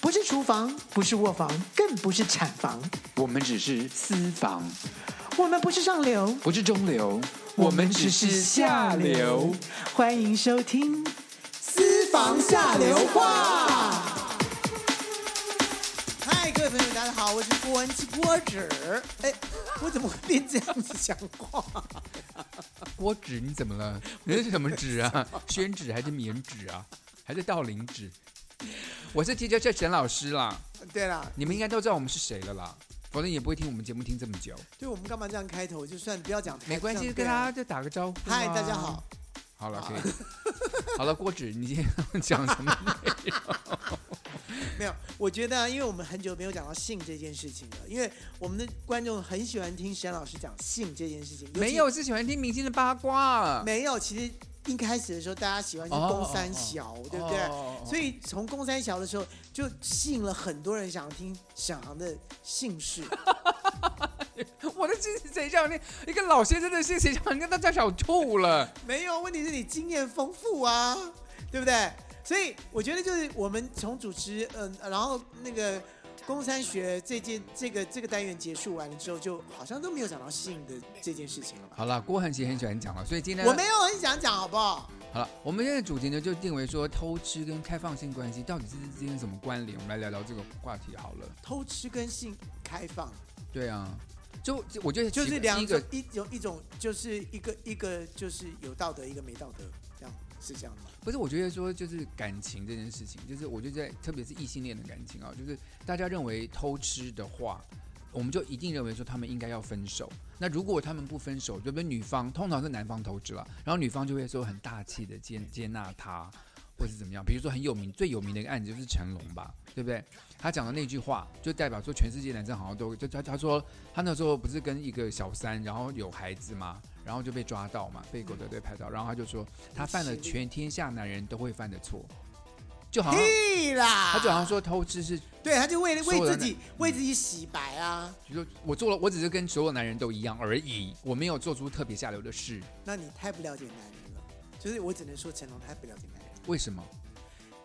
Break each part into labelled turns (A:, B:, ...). A: 不是厨房，不是卧房，更不是产房，
B: 我们只是私房，
A: 我们不是上流，
B: 不是中流，我们只是下流。。
A: 欢迎收听《私房下流话》。嗨，各位朋友，大家好，我是郭文琪郭纸。哎，我怎么会变这样子讲话？
C: 锅纸你怎么了？你那是什么纸啊？ 宣纸还是棉纸啊？还是道林纸？我是提交社沈老师啦，
A: 对啦，
C: 你们应该都知道我们是谁了啦，否则也不会听我们节目听这么久。
A: 对我们干嘛这样开头？就算不要讲，
C: 没关系，跟大家。就打个招呼、啊
A: 嗨，大家好。。
C: 好了，可以。好了，锅纸，你今天要讲 什么？
A: 没有，我觉得、啊，因为我们很久没有讲到性这件事情了，因为我们的观众很喜欢听沈老师讲性这件事情。尤其
C: 没有，是喜欢听明星的八卦。
A: 没有，其实一开始的时候大家喜欢是
C: 哦
A: 宫三小，对不对？
C: 哦
A: 所以从宫三小的时候就吸引了很多人想要听沈航的姓氏，
C: 我的心情谁让你一个老先生的心情让跟大家小吐了？
A: 没有问题是你经验丰富啊，对不对？所以我觉得就是我们从主持，嗯、然后那个宫三学这件这个这个单元结束完了之后，就好像都没有讲到性的这件事情了吧？
C: 好了，郭恒喜很喜欢讲了，所以今天呢
A: 我没有很想讲，好不好？
C: 好了，我们现在主题呢就定为说偷吃跟开放性关系到底是之间有什么关联？我们来聊聊这个话题好了。
A: 偷吃跟性开放，
C: 对啊，就就我觉得
A: 就是
C: 其
A: 两
C: 一
A: 种
C: 个
A: 一种一种就是一个一个就是有道德，一个没道德，这样是这样吗？
C: 不是，我觉得说就是感情这件事情，就是我觉得在特别是异性恋的感情啊，就是大家认为偷吃的话，我们就一定认为说他们应该要分手。那如果他们不分手，就比如女方通常是男方偷吃了，然后女方就会说很大气的接接纳他，或是怎么样。比如说很有名最有名的一个案子就是成龙吧，对不对？他讲的那句话就代表说全世界男生好像都就他他说他那时候不是跟一个小三，然后有孩子嘛，然后就被抓到嘛，被狗仔队拍到，然后他就说他犯了全天下男人都会犯的错，就好像
A: 屁啦！
C: 他就好像说偷吃是，
A: 对，他就为了为
C: 说了
A: 自己为自己洗白啊。
C: 比如说我做了，我只是跟所有男人都一样而已，我没有做出特别下流的事，
A: 那你太不了解男人了，就是我只能说成龙太不了解男人。
C: 为什么？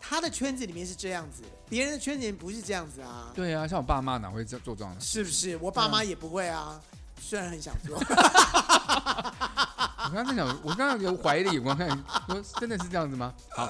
A: 他的圈子里面是这样子，别人的圈子里面不是这样子啊，
C: 对啊，像我爸妈哪会这做这样的
A: 是
C: 事？
A: 不是？我爸妈也不会啊，虽然很想 做。
C: 我刚才在想，我刚刚有怀疑的眼光看，说真的是这样子吗？好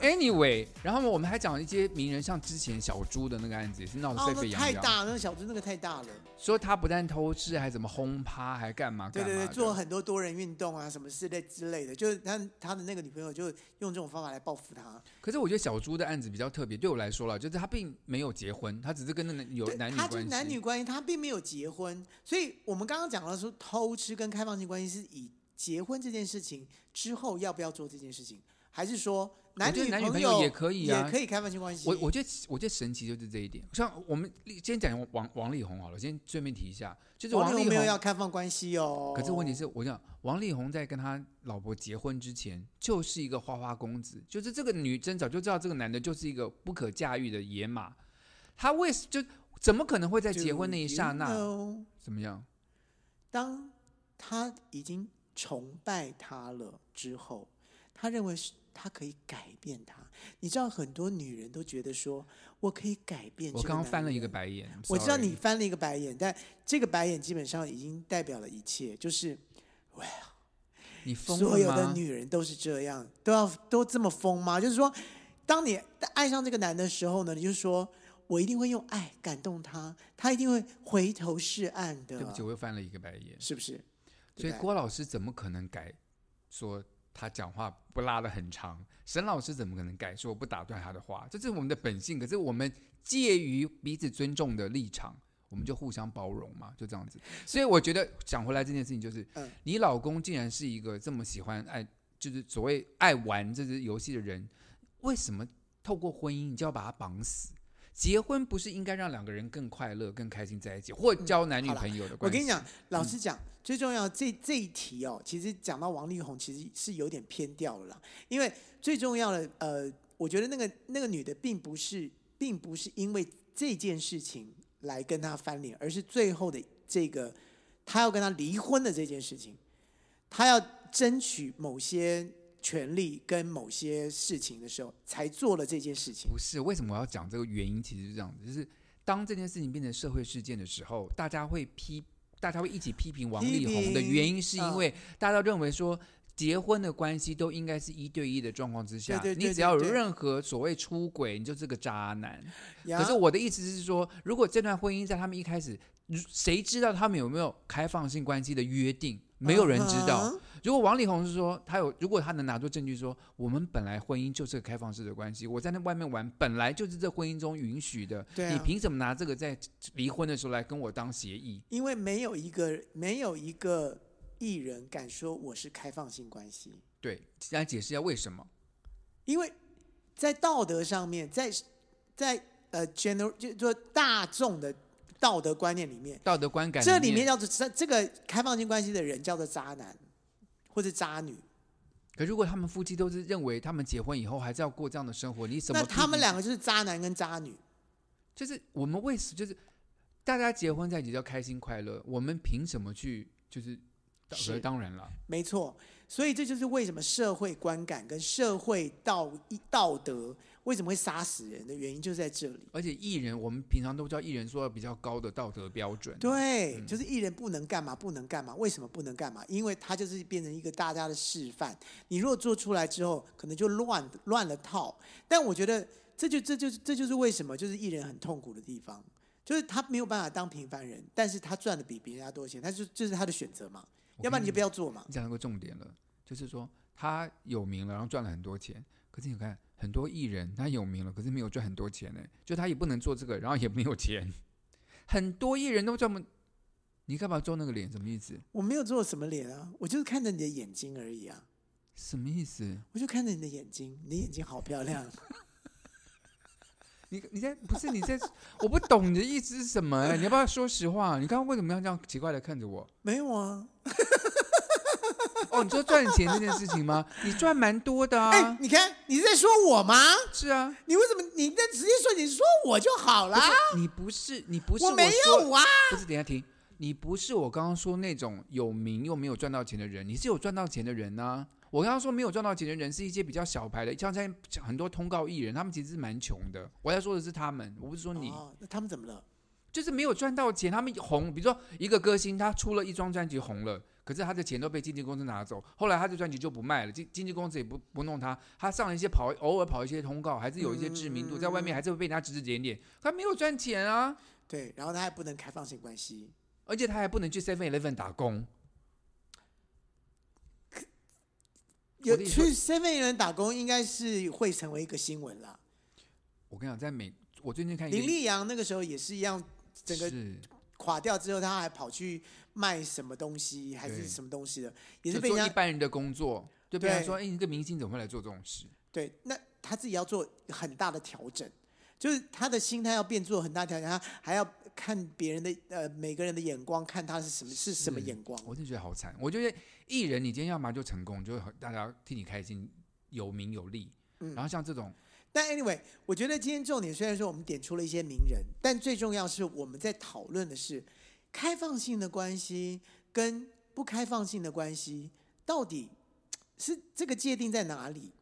C: ，anyway，然后我们还讲了一些名人，像之前小猪的那个案子也是闹得
A: 哦，
C: 沸沸
A: 那
C: 扬
A: 太
C: 扬，
A: 大，那个小猪那个太大了。
C: 说他不但偷吃，还怎么轰趴，还干嘛
A: 对
C: 干嘛
A: 对对，
C: 的
A: 做很多多人运动啊，什么之类之类的，就是他他的那个女朋友就用这种方法来报复他。
C: 可是我觉得小猪的案子比较特别，对我来说了，就是他并没有结婚，他只是跟那男有
A: 对，
C: 男女
A: 他
C: 关
A: 就
C: 系。
A: 是男女关系，他并没有结婚，所以我们刚刚讲了说偷吃跟开放性关系是以结婚这件事情之后要不要做这件事情，还是说
C: 我
A: 男
C: 觉得
A: 女
C: 男女
A: 朋
C: 朋
A: 友
C: 友也可以啊
A: 也可以开放性关系？
C: 我我觉得我觉得神奇就是这一点。像我们先讲王王力宏好了，先顺便提一下，就是
A: 王力
C: 力
A: 宏没有
C: 宏。
A: 要开放关系哦。
C: 可是问题是，我想王力宏在跟他老婆结婚之前，就是一个花花公子，就是这个女生早就知道这个男的就是一个不可驾驭的野马，他为就怎么可能会在
A: Do
C: 结婚那一刹
A: you
C: 那
A: know，
C: 怎么样？
A: 当他已经崇拜他了之后，他认为是他可以改变他。你知道，很多女人都觉得说我可以改变。
C: 我刚刚翻了一个。白眼，
A: 我知道
C: sorry
A: 你翻了一个白眼，但这个白眼基本上已经代表了一切，就是
C: 你疯
A: 所有
C: 了
A: 的
C: 吗？
A: 女人都是这样，都要都这么疯吗？就是说，当你爱上这个男的时候呢，你就说我一定会用爱感动他，他一定会回头是岸的，
C: 对不起，我又翻了一个白眼。
A: 是不是？
C: 所
A: 对
C: 以
A: 不对
C: 郭老师怎么可能改说他讲话不拉得很长？沈老师怎么可能改说不打断他的话？这是我们的本性，可是我们介于彼此尊重的立场。我们就互相包容嘛，就这样子。所以我觉得讲回来这件事情，就是、
A: 嗯
C: 你老公竟然是一个这么喜欢爱，就是所谓爱玩这只游戏的人，为什么透过婚姻你就要把他绑死？结婚不是应该让两个人更快乐、更开心在一起，或交男
A: 嗯
C: 女
A: 好啦
C: 朋友的
A: 我
C: 关系？嗯
A: 跟你讲，老实讲，最重要这这一题哦，其实讲到王力宏，其实是有点偏掉了啦。因为最重要的，呃，我觉得那个那个女的并不是，并不是因为这件事情来跟他翻脸，而是最后的这个她要跟他离婚的这件事情，她要争取某些权利跟某些事情的时候，才做了这件事情。
C: 不是，为什么我要讲这个原因？其实是这样子，就是当这件事情变成社会事件的时候，大家会批，大家会一起批评王力宏的
A: 批评
C: 原因，是因
A: 嗯
C: 为大家都认为说。结婚的关系都应该是一对一的状况之下，
A: 对对对
C: 你只要
A: 对对
C: 有任何所谓出轨，你就是个渣男。
A: 呀
C: 可是我的意思是说，如果这段婚姻在他们一开始，如谁知道他们有没有开放性关系的约定？没有人知道。
A: 嗯哼
C: 如果王力宏是说他有，如果他能拿出证据说我们本来婚姻就是个开放式的关系，我在那外面玩本来就是这婚姻中允许的，
A: 对啊
C: 你凭什么拿这个在离婚的时候来跟我当协议？
A: 因为没有一个没有一个艺人敢说我是开放性关系，
C: 对，来解释一下为什么？
A: 因为在道德上面，在在呃 general 就是说大众的道德观念里面，
C: 道德观感
A: 这里面
C: 要，
A: 叫做这这个开放性关系的人叫做渣男或者渣女。
C: 可如果他们夫妻都是认为他们结婚以后还是要过这样的生活，你怎么
A: 那
C: 批评？
A: 他们两个就是渣男跟渣女，
C: 就是我们为什就是大家结婚在一起叫开心快乐，我们凭什么去就是？当
A: 是
C: 当然了，
A: 没错。所以这就是为什么社会观感跟社会道道德为什么会杀死人的原因，就在这里。
C: 而且艺人我们平常都知道艺人说要比较高的道德标准，
A: 对，
C: 嗯
A: 就是艺人不能干嘛，不能干嘛？为什么不能干嘛？因为他就是变成一个大家的示范。你如果做出来之后，可能就乱乱了套。但我觉得这就这就是这就是为什么就是艺人很痛苦的地方，就是他没有办法当平凡人，但是他赚的比别人家多钱，他就这、是他的选择嘛，
C: 我
A: 要不然你就
C: 跟
A: 不要做嘛。
C: 你讲到一个重点了，就是说他有名了，然后赚了很多钱。可是你看，很多艺人他有名了，可是没有赚很多钱呢，就他也不能做这个，然后也没有钱。 很多艺人都赚不，你干嘛皱那个脸？什么意思？
A: 我没有做什么脸啊，我就是看着你的眼睛而已啊，
C: 什么意思？
A: 我就看着你的眼睛，你的眼睛好漂亮。
C: 你你在不是你在，我不懂你的意思是什么、哎，你要不要说实话？你刚刚为什么要这样奇怪的看着我？
A: 没有啊，
C: 哦，你说赚钱这件事情吗？你赚蛮多的
A: 哎、
C: 啊，
A: 你看你是在说我吗？
C: 是啊，
A: 你为什么你那直接说你说我就好啦？
C: 你不是你不是
A: 我没
C: 说
A: 有啊，
C: 不是，等一下停，你不是我刚刚说那种有名又没有赚到钱的人，你是有赚到钱的人呢、我刚刚说没有赚到钱的人是一些比较小牌的，像现在很多通告艺人，他们其实是蛮穷的。我在说的是他们，我不是说你，
A: 哦，那他们怎么了？
C: 就是没有赚到钱，他们红，比如说一个歌星，他出了一张专辑红了。可是他的钱都被经纪公司拿走，后来他的专辑就不卖了，经经纪公司也不不弄他，他上了一些跑，偶尔跑一些通告，还是有一些知
A: 嗯
C: 名度，在外面还是会被人家指指点点，他没有赚钱啊，
A: 对，然后他还不能开放性关系，
C: 而且他还不能去 Seven Eleven 打工，
A: 有
C: 我跟你说
A: 去 Seven 人打工，应该是会成为一个新闻啦。
C: 我跟你讲，在美，我最近看一个
A: 林立阳那个时候也是一样，整个
C: 是
A: 垮掉之后，他还跑去卖什么东西，还是什么东西的，也是
C: 就
A: 被
C: 做
A: 人
C: 一
A: 家
C: 般人的工作，就被人
A: 对
C: 家说，哎、你这明星怎么会来做这种事？
A: 对。那他自己要做很大的调整，就是他的心态要变做很大调整，他还要看别人的呃每个人的眼光，看他是什么是什么
C: 是
A: 眼光。
C: 我真的觉得好惨。我觉得艺人，你今天要么就成功，就很大家替你开心，有名有利。
A: 嗯
C: 然后像这种，
A: 但 anyway，我觉得今天重点虽然说我们点出了一些名人，但最重要是我们在讨论的是开放性的关系跟不开放性的关系到底是这个界定在哪里？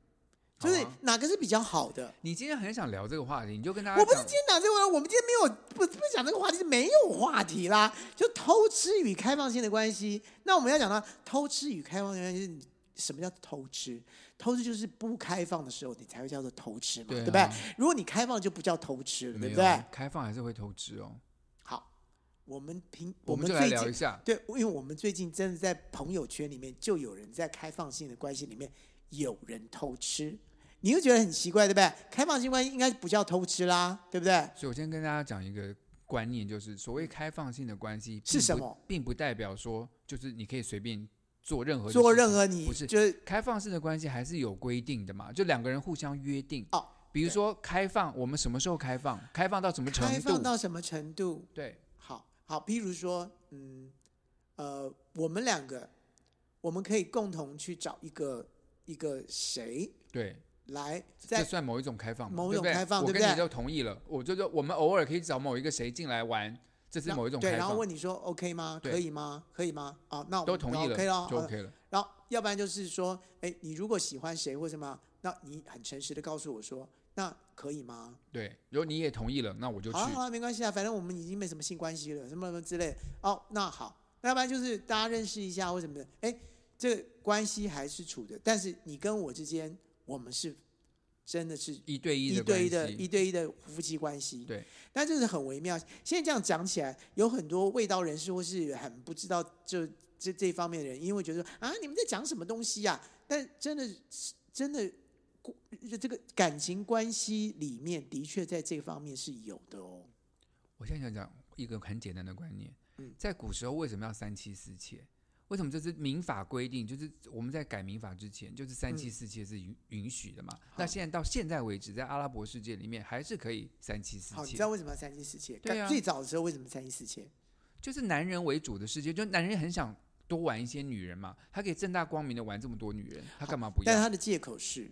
C: 好
A: 就
C: 啊
A: 是哪个是比较好的？
C: 你今天很想聊这个话题，你就跟大家
A: 我不是
C: 讲
A: 今天讲这个话题，我们今天没有不不讲这个话题，是没有话题啦。就偷吃与开放性的关系，那我们要讲到偷吃与开放性的关系，就是什么叫偷吃？偷吃就是不开放的时候，你才会叫做偷吃嘛，
C: 对啊
A: 不对？如果你开放就不叫偷吃了，
C: 没
A: 对
C: 有啊
A: 不对？
C: 开放还是会透支哦。
A: 好，我们平
C: 我们
A: 们
C: 就来
A: 最
C: 聊一
A: 近
C: 下，
A: 对，因为我们最近真的在朋友圈里面就有人在开放性的关系里面有人偷吃，你又觉得很奇怪，对不对？开放性关系应该不叫偷吃啦，对不对？
C: 所以我先跟大家讲一个观念，就是所谓开放性的关系
A: 是
C: 并不
A: 什么，
C: 并不代表说就是你可以随便做任何的
A: 做
C: 事情
A: 任何你
C: 不是
A: 就是
C: 开放式的关系还是有规定的嘛，就两个人互相约定
A: 哦。
C: 比如
A: 对
C: 说开放，我们什么时候开放？开放到什么程
A: 开放
C: 度？
A: 到什么程度？
C: 对，
A: 好好，譬如说，嗯，呃，我们两个，我们可以共同去找一个一个谁
C: 对，
A: 来
C: 这
A: 在
C: 算某一种开放嘛，
A: 某
C: 对不
A: 种
C: 对
A: 开放
C: 我
A: 对不
C: 跟你
A: 对
C: 就同意了，我就说我们偶尔可以找某一个谁进来玩，这是某一种
A: 对，
C: 开
A: 然后
C: 放，
A: 问你说 OK 吗？
C: 对
A: 可以吗？可以吗？啊，那我
C: 都
A: 们
C: 同意了
A: OK 了，
C: 就
A: 呃
C: OK 了。
A: 然后要不然就是说，哎，你如果喜欢谁或什么，那你很诚实的告诉我说，那可以吗？
C: 对，如果你也同意了，那我就去
A: 好。了好了，没关系啊，反正我们已经没什么性关系了，什么什么之类的。哦，那好，那要不然就是大家认识一下或什么的。哎，这个关系还是处的，但是你跟我之间，我们是真的是
C: 一对一
A: 一
C: 的
A: 对一
C: 关
A: 的、
C: 系
A: 一对一的夫妻关系。
C: 对，
A: 但这是很微妙。现在这样讲起来，有很多未到人士或是很不知道这这这方面的人，因为会觉得说啊，你们在讲什么东西呀、但真的是真的。过这个感情关系里面的确在这方面是有的哦，
C: 我现在想讲一个很简单的观念，
A: 嗯
C: 在古时候为什么要三妻四妾？为什么这是民法规定？就是我们在改民法之前，就是三妻
A: 嗯
C: 四妾是允允许的嘛？那现在到现在为止，在阿拉伯世界里面还是可以三妻四
A: 好，你知
C: 妾
A: 道，为什么要三妻四妾？
C: 对啊
A: 最早的时候为什么三妻四妾？
C: 就是男人为主的世界，就男人很想多玩一些女人嘛，他可以正大光明的玩这么多女人，他干嘛不
A: 但
C: 要？
A: 他的借口是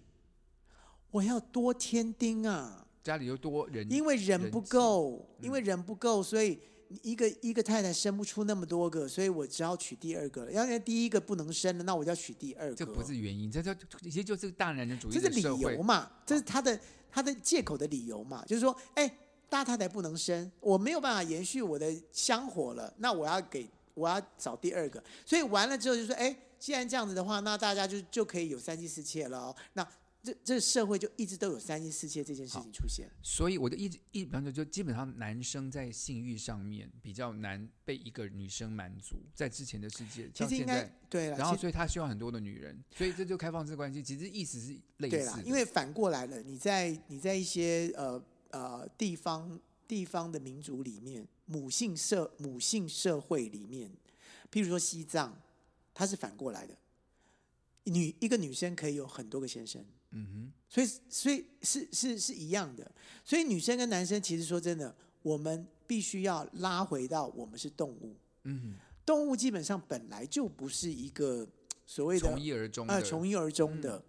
A: 我要多添丁啊，
C: 家里又多人，
A: 因为人
C: 嗯人
A: 不
C: 气
A: 够，
C: 嗯
A: 因为人不够，所以一个一个太太生不出那么多个，所以我只好娶第二个了。要是第一个不能生了，那我就要娶第二个。
C: 这不是原因，这这这些就是大男人主义
A: 这是
C: 的
A: 理
C: 社会啊
A: 由。嘛？这是他的他的借口的理由嘛？就是说，哎，大太太不能生，我没有办法延续我的香火了，那我要给我要找第二个。所以完了之后就说，哎，既然这样子的话，那大家就就可以有三妻四妾了哦、那这这社会就一直都有三妻四妾这件事情出现。
C: 所以我就一直一比方说，就基本上男生在性欲上面比较难被一个女生满足，在之前的世界，
A: 其
C: 到
A: 实应
C: 现
A: 该
C: 在，
A: 对了，
C: 然
A: 其
C: 后
A: 实
C: 所以他需要很多的女人，所以这就开放式关系，其实意思是类
A: 对
C: 似
A: 啦
C: 的，，
A: 因为反过来了，你在你在一些呃呃地方地方的民族里面，母性社母性社会里面，譬如说西藏，它是反过来的，女一个女生可以有很多个先生，
C: 嗯
A: 所以所以是是是一样的，所以女生跟男生其实说真的，我们必须要拉回到我们是动物，
C: 哼，嗯
A: 动物基本上本来就不是一个所谓
C: 哼，
A: 的
C: 从一而终
A: 呃，
C: 的，
A: 从一而终的，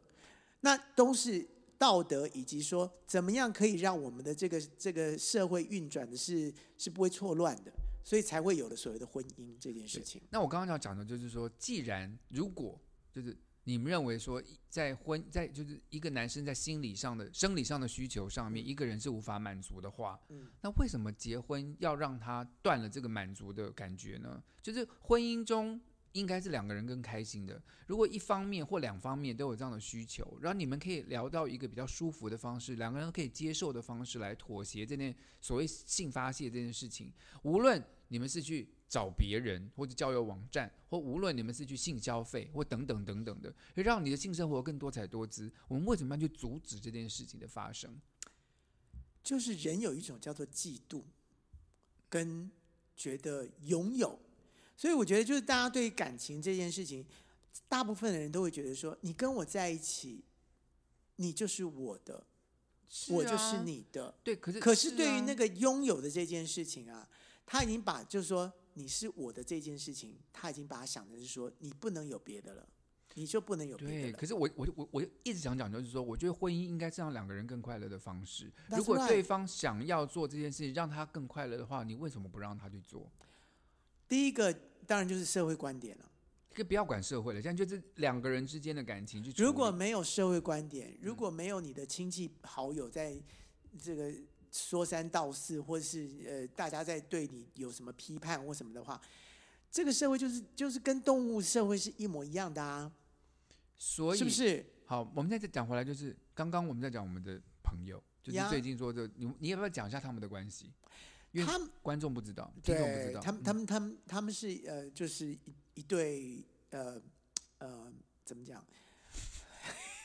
A: 那都是道德以及说怎么样可以让我们的这个这个社会运转的是是不会错乱的，所以才会有了所谓的婚姻这件事情。
C: 那我刚刚要讲的就是说，既然如果就是你们认为说，在婚在就是一个男生在心理上的、生理上的需求上面，
A: 嗯
C: 一个人是无法满足的话，
A: 嗯
C: 那为什么结婚要让他断了这个满足的感觉呢？就是婚姻中。应该是两个人更开心的。如果一方面或两方面都有这样的需求，然后你们可以聊到一个比较舒服的方式，两个人都可以接受的方式来妥协这件所谓性发泄这件事情，无论你们是去找别人或者交友网站，或无论你们是去性消费或等等等等的，会让你的性生活更多彩多姿。我们为什么要去阻止这件事情的发生？
A: 就是人有一种叫做嫉妒，跟觉得拥有，所以我觉得就是大家对于感情这件事情，大部分的人都会觉得说，你跟我在一起，你就是我的，我就是
C: 啊，
A: 你的。
C: 对，可是
A: 可是对于
C: 啊
A: 那个拥有的这件事情啊，他已经把就是说你是我的这件事情，他已经把它想的是说你不能有别的了，你就不能有别
C: 对，
A: 的了
C: 可。是我我我我一直想讲，就是说，我觉得婚姻应该是让两个人更快乐的方式。
A: That's
C: 如果
A: right
C: 对方想要做这件事情，让他更快乐的话，你为什么不让他去做？
A: 第一个当然就是社会观点了。
C: 可以不要管社会了，现在就是两个人之间的感情去处理。嗯
A: 如果没有社会观点，如果没有你的亲戚好友在这个说三道四，或是呃大家在对你有什么批判或什么的话，这个社会就是就是跟动物社会是一模一样的啊，
C: 所以
A: 是不是？
C: 好，我们再讲回来，就是刚刚我们在讲我们的朋友，就是
A: 呀
C: 最近做的，你你要不要讲一下他们的关系？因为
A: 他
C: 观众不知道，听众不知
A: 对
C: 道，嗯
A: 他们，他们，他们，他们是呃，就是一一对呃呃，怎么讲？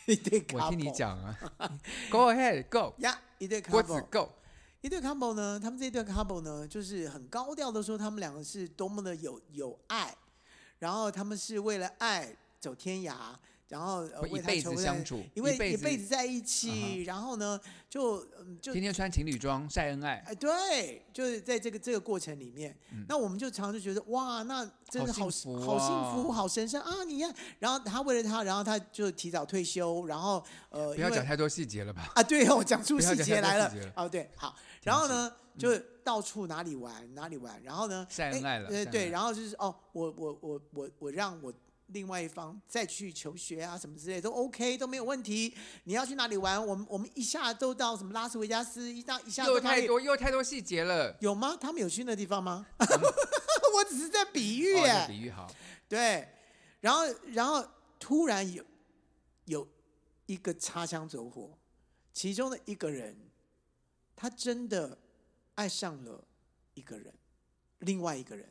A: 一对 couple，
C: 嗯我听你讲啊 ，Go ahead go，
A: 呀一对
C: 郭子
A: couple，
C: go，
A: 一对 couple 呢，他们这一对 couple 呢，就是很高调的说他们两个是多么的有有爱，然后他们是为了爱走天涯，然后、呃、
C: 会
A: 为
C: 一
A: 他
C: 辈
A: 筹
C: 子
A: 备
C: 相处，
A: 因为
C: 辈
A: 一辈
C: 子嗯
A: 子在一起，然后呢，就嗯就
C: 天天穿情侣装晒恩爱，
A: 哎，对，就是在这个这个过程里面，那我们就常常就觉得哇，那真的好
C: 嗯好幸福
A: 好幸
C: 哦
A: 福，好神圣啊！你看，然后他为了他，然后他就提早退休，然后呃，
C: 不
A: 因
C: 要讲
A: 为
C: 太多细节了吧？
A: 啊，对哦，讲出
C: 不要
A: 细
C: 讲
A: 节
C: 太多
A: 来了
C: 细节了，
A: 哦，对，好，然后
C: 嗯
A: 呢，就到处哪里玩哪里玩，然后呢，
C: 晒
A: 哎
C: 恩爱了
A: 对
C: 晒
A: 对，
C: 恩爱
A: 然后就是哦，我我我我我让我另外一方再去求学啊，什么之类都 OK，都没有问题。你要去哪里玩，我们我们一下都到什么拉斯维加斯，一到一下
C: 又
A: 都到
C: 太多又太多细节了。
A: 有吗？他们有去那地方吗？ 我只是在比喻
C: 嗯哦
A: 耶、
C: 这比喻好，
A: 对，然后然后突然有有一个擦枪走火，其中的一个人，他真的爱上了一个人，另外一个人。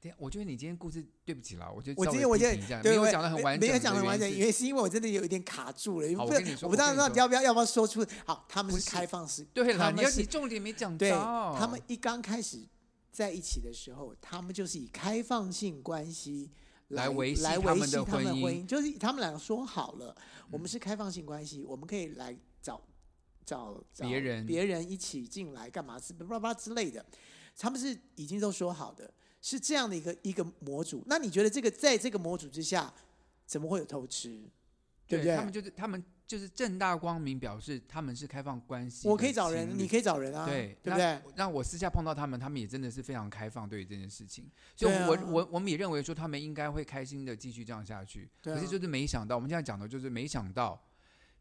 C: 对，我觉得你今天故事对不起了，我就
A: 我
C: 稍
A: 今
C: 微
A: 天我觉
C: 批评一下
A: 得
C: 没有
A: 我
C: 讲的很
A: 没
C: 完整，
A: 没有讲
C: 的
A: 的完
C: 原
A: 整，
C: 因
A: 因为是因为我真的有一点卡住了，因为
C: 好
A: 不
C: 我跟你说
A: 我不知道
C: 我跟你说
A: 要不要要不要说出。好，他们
C: 不
A: 是
C: 是
A: 开放式，
C: 对
A: 他
C: 了，你
A: 们
C: 要
A: 是
C: 你重点没讲
A: 对
C: 到，
A: 他们一刚开始在一起的时候，他们就是以开放性关系来
C: 来维系
A: 来
C: 他
A: 维
C: 们
A: 系
C: 的
A: 他们的
C: 婚
A: 婚
C: 姻嗯
A: 姻，就是他们两个说好了，我们是开放性关系，我们可以来找找找
C: 别人
A: 别人一起进来干嘛之巴拉巴拉之类的，他们是已经都说好的，是这样的一个一个模组。那你觉得这个在这个模组之下，怎么会有偷吃？对不
C: 对他们就是他们就是正大光明表示他们是开放关系的情侣，
A: 我可以找人，你可以找人啊，
C: 对
A: 对不对？？
C: 那我私下碰到他们，他们也真的是非常开放对于这件事情，所以
A: 对啊
C: 我、我我们也认为说他们应该会开心的继续这样下去。
A: 对啊
C: 可是就是没想到，我们现在讲的就是没想到，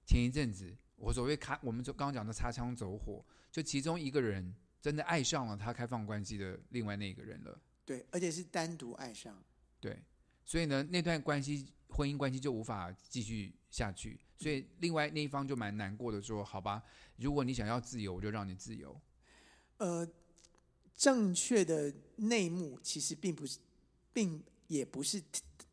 C: 前一阵子我所谓开，我们就刚刚讲的擦枪走火，就其中一个人真的爱上了他开放关系的另外那个人了，
A: 对，而且是单独爱上。
C: 对，所以呢那段关系婚姻关系就无法继续下去，所以另外那一方就蛮难过的说，好吧，如果你想要自由，我就让你自由。
A: 呃，正确的内幕其实并不是，并也不是，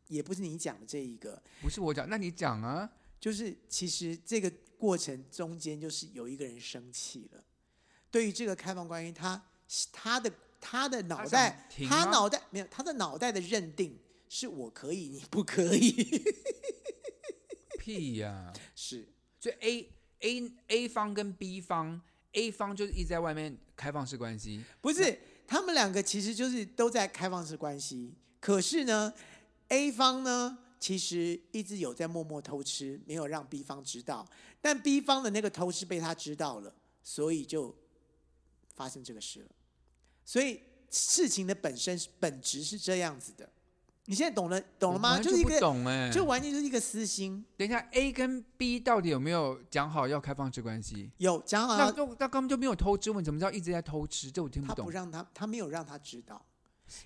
A: 也不是你讲的这一个，
C: 不是我讲，那你讲啊。
A: 就是其实这个过程中间就是有一个人生气了，对于这个开放关系，他他的他的脑
C: 想
A: 袋，
C: 停
A: 他
C: 吗
A: 脑袋没有他的脑袋的认定是我可以，你不可以，
C: 屁呀、
A: 是
C: 所以 A A A 方跟 B 方，A 方就是一直在外面开放式关系，
A: 不是，他们两个其实就是都在开放式关系，可是呢，A 方呢其实一直有在默默偷吃，没有让 B 方知道，但 B 方的那个偷吃被他知道了，所以就发生这个事了。所以事情的本身是本质是这样子的，你现在懂了懂了
C: 我
A: 吗？
C: 完
A: 就
C: 全
A: 是一
C: 不
A: 个，
C: 懂哎、
A: 就完全就是一个私心。
C: 等一下，A 跟 B 到底有没有讲好要开放式关系？
A: 有讲好
C: 那
A: 了，
C: 就那根本就没有偷吃，问怎么叫一直在偷吃？这我听
A: 呃他
C: 懂
A: 不。让他，他没有让他知道。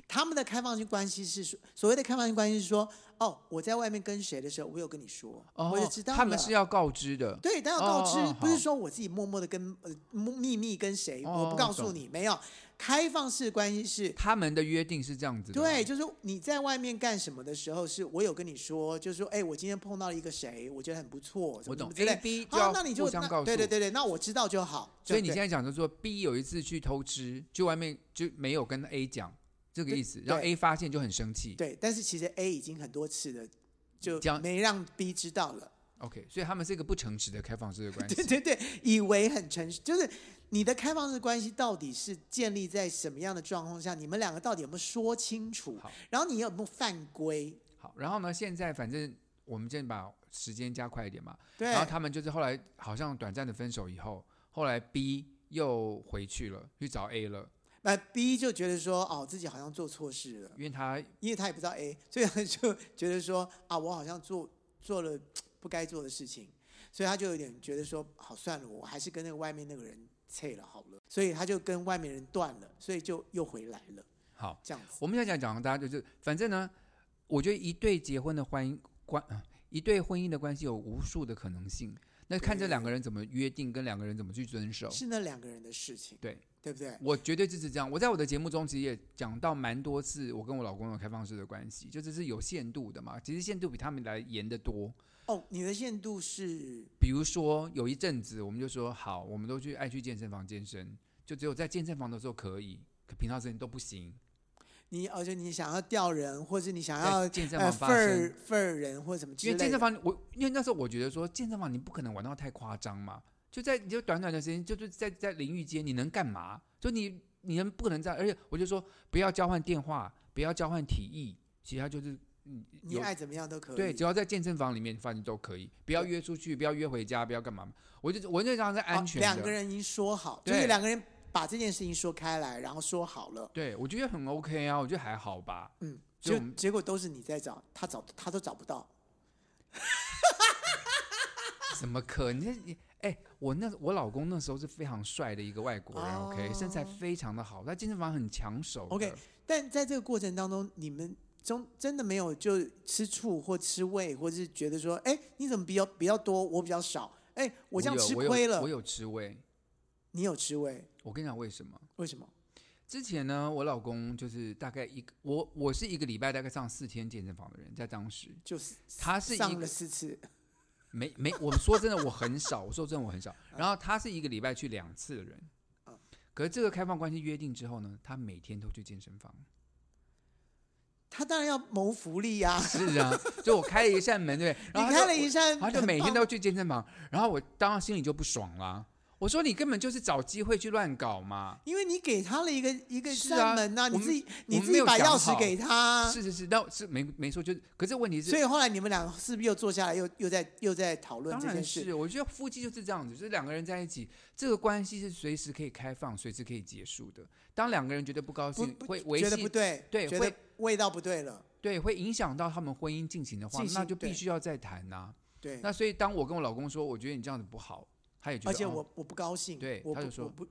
A: 他们的开放性关系是说，所谓的开放性关系是说，哦，我在外面跟谁的时候，我有跟你说，我就
C: 哦
A: 知，道了。
C: 他们是要告知的。
A: 对，但要告知，
C: 哦哦哦
A: 不是
C: 好
A: 说我自己默默的跟呃秘密跟谁，
C: 哦
A: 我不告诉
C: 懂
A: 你，没有开放式关系是。
C: 他们的约定是这样子的。
A: 对，，就是你在外面干什么的时候，是我有跟你说，就是说，哎，我今天碰到了一个谁，我觉得很不错，什么
C: 我
A: 什
C: 懂
A: 么。之
C: A
A: 类。
C: B 就
A: 好，
C: 要
A: 那你就
C: 互相
A: 那
C: 告诉。
A: 对对对对，那我知道就好。
C: 所以你
A: 对
C: 现在讲的说，B 有一次去偷吃，就外面就没有跟 A 讲这个意思，然后
A: 对
C: A 发现就很生气。
A: 对，但是其实 A 已经很多次的就
C: 讲
A: 没让 B 知道了。
C: OK，所以他们是一个不诚实的开放式的关系。
A: 对对对，以为很诚实，就是你的开放式关系到底是建立在什么样的状况下？你们两个到底有没有说清楚
C: 好？
A: 然后你有没有犯规？
C: 好，然后呢，现在反正我们先把时间加快一点嘛。
A: 对
C: 然后他们就是后来好像短暂的分手以后，后来 B 又回去了，去找 A 了，
A: 那 B 就觉得说，哦，自己好像做错事了，
C: 因为他
A: 因为他也不知道 A，所以 他就觉得说，啊，我好像做做了不该做的事情，所以他就有点觉得说，好算了，我还是跟那个外面那个人切了好了，所以他就跟外面人断了，所以就又回来了，
C: 好，
A: 这样子。
C: 我们现在讲讲大家就是，反正呢，我觉得一对结婚的婚姻关，啊一对婚姻的关系有无数的可能性。那看这
A: 对
C: 两个人怎么约定，跟两个人怎么去遵守。
A: 是那两个人的事情，
C: 哦对
A: 对不对？
C: 我绝对支持这样。我在我的节目中其实也讲到蛮多次，我跟我老公有开放式的关系，就这是有限度的嘛。其实限度比他们来严得多。
A: 哦，你的限度是
C: 比如说有一阵子，我们就说好，我们都去爱去健身房健身，就只有在健身房的时候可以，可平常时间都不行。
A: 你而且你想要钓人，或是你想
C: 在
A: 要
C: 健身
A: 呃份
C: 房发生。
A: 儿份儿人或什么之
C: 因为健
A: 类
C: 身
A: 的。
C: 房，我因为那时候我觉得说健身房你不可能玩到太夸张嘛，就在你就短短的时间，就是在在淋浴间，你能干嘛？就你你能不可能这样？而且我就说不要交换电话，不要交换提议，其他就是嗯
A: 你
C: 有
A: 爱怎么样都可以。哦
C: 对，只要在健身房里面，反正都可以，不要约出去，不要约回家，不要干嘛。我就我就让是安
A: 哦
C: 全的，
A: 两个人已经说好，就
C: 对
A: 是两个人把这件事情说开来，然后说好了。
C: 对我觉得很 OK 啊，我觉得还好吧。
A: 嗯，
C: 所以
A: 结
C: 我们
A: 结果都是你在找，他找他都找不到。
C: 怎么可能？你这你哎、我那我老公那时候是非常帅的一个外国人、o k 身材
A: 哦
C: 非常的好，他健身房很抢手的。
A: OK，但在这个过程当中，你们中真的没有就吃醋或吃味，或是觉得说，哎，你怎么比较比较多，我比较少？哎，我这样
C: 有
A: 吃
C: 我有
A: 亏了。
C: 我有吃味。
A: 你有吃味，
C: 我跟你讲为什么？
A: 为什么？
C: 之前呢，我老公就是大概一个我我是一个礼拜大概上四天健身房的人，在当时
A: 就是
C: 他是一
A: 上
C: 个
A: 了四次，
C: 没没，我说真的，我很少。我说真的，我 很少。然后他是一个礼拜去两次的人
A: 嗯，
C: 可是这个开放关系约定之后呢，他每天都去健身房。
A: 他当然要谋福利呀、
C: 是啊， 就我开了一扇门，对，
A: 你
C: 然后他
A: 开
C: 就
A: 了一扇，
C: 他就
A: 很
C: 每天
A: 棒
C: 都去健身房，然后我当然心里就不爽啦。我说你根本就是找机会去乱搞嘛。
A: 因为你给他了一个一个
C: 是啊
A: 扇门呐、
C: 我
A: 你
C: 们
A: 自己你
C: 我们
A: 自
C: 没
A: 己
C: 有
A: 把
C: 讲
A: 钥匙
C: 好
A: 给他，
C: 是是是，那是没没错，就是可是问题
A: 所
C: 是，
A: 以后来你们俩是不是又坐下来又又在又在讨论
C: 当
A: 这
C: 然
A: 件事？
C: 是，我觉得夫妻就是这样子，就是两个人在一起，这个关系是随时可以开放，随时可以结束的。当两个人觉得不高
A: 不
C: 兴，
A: 不
C: 会维
A: 觉得不
C: 系
A: 对，
C: 对
A: 觉
C: 会
A: 得味道不对了，
C: 对，会影响到他们婚姻进行的话
A: 进，行
C: 那就
A: 对
C: 必须要再谈呐、
A: 对。
C: 那所以当我跟我老公说，我觉得你这样子不好，他也觉得，
A: 而且
C: 哦
A: 我我不高兴，
C: 对
A: 我
C: 他
A: 不
C: 就说
A: 我不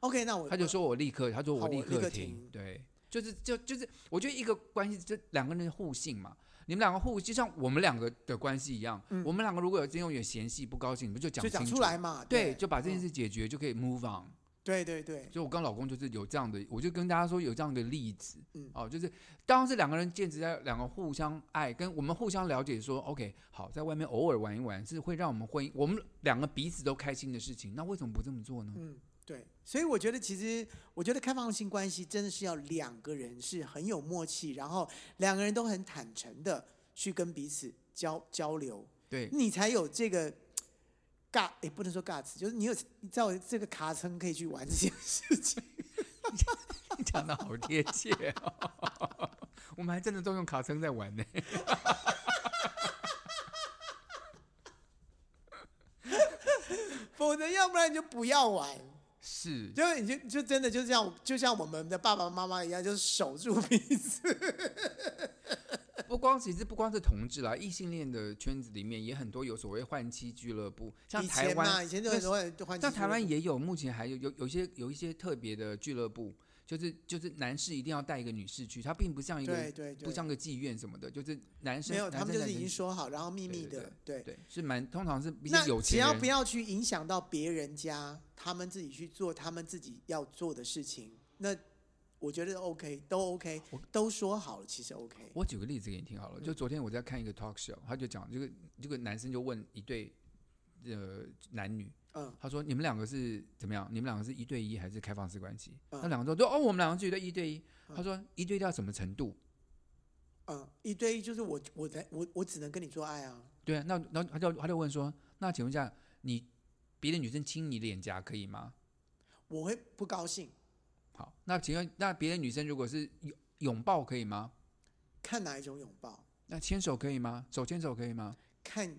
A: ，OK，那我
C: 他就说我立刻，他说
A: 好
C: 我立
A: 我立刻
C: 刻
A: 停
C: 对，就是就就是，我觉得一个关系就两个人的互信嘛，你们两个互就像我们两个的关系一样，
A: 嗯
C: 我们两个如果有今天有嫌隙不高兴，你们就讲
A: 就讲
C: 清
A: 出
C: 楚
A: 来，嘛，
C: 对，
A: 对，
C: 就把这件
A: 嗯
C: 事解决，就可以 move on。
A: 对对对，
C: 所以我跟我老公就是有这样的，我就跟大家说有这样的例子，
A: 嗯
C: 哦，就是当时两个人坚持在两个互相爱，跟我们互相了解说，OK，好，在外面偶尔玩一玩是会让我们婚姻，我们两个彼此都开心的事情，那为什么不这么做呢？
A: 嗯，对，所以我觉得其实，我觉得开放性关系真的是要两个人是很有默契，然后两个人都很坦诚的去跟彼此交交流，
C: 对，
A: 你才有这个尬，也不能说尬词，就是你有你知道有这个卡层可以去玩这件事情。
C: 讲的好贴切、哦， 我们还真的都用卡称在玩呢。
A: 否则要不然你就不要玩，
C: 是，
A: 就是你就就真的就像就像我们的爸爸妈妈一样，就是守住彼此。
C: 不光其实不光是同志啦，异性恋的圈子里面也很多有所谓换妻俱乐部，像
A: 以
C: 台
A: 前嘛，
C: 湾，
A: 以前都很多人换
C: 像
A: 妻
C: 台湾
A: 俱乐部
C: 也有，目前还有有有一些有一些特别的俱乐部，就是就是男士一定要带一个女士去，它并不像一
A: 对
C: 个
A: 对
C: 不
A: 对，
C: 像个妓院什么的，就是男生
A: 没有，
C: 男
A: 他们
C: 生
A: 就是
C: 男
A: 已经
C: 生
A: 说好，然后秘密的，对。
C: 对，是蛮通常是比较
A: 那
C: 有
A: 只
C: 钱
A: 要
C: 人
A: 不要去影响到别人家，他们自己去做他们自己要做的事情，那我觉得 OK，都 OK，
C: 我
A: 都说好了，其实 OK。
C: 我举个例子给你听好了，就
A: 嗯
C: 昨天我在看一个 talk show，他就讲这个这个男生就问一对呃男女，
A: 嗯，
C: 他说你们两个是怎么样？你们两个是一对一还是开放式关系？
A: 嗯
C: 那两个都说哦，我们两个觉得一对一。
A: 嗯
C: 他说一对一到什么程度？
A: 嗯，一对一就是我我在我我只能跟你做爱啊，
C: 对啊，那然后他就他就问说，那请问一下，你别的女生亲你脸颊可以吗？
A: 我会不高兴，
C: 好，那请问那别的女生如果是拥拥抱可以吗？
A: 看哪一种拥抱，
C: 那牵手可以吗？手牵手可以吗？
A: 看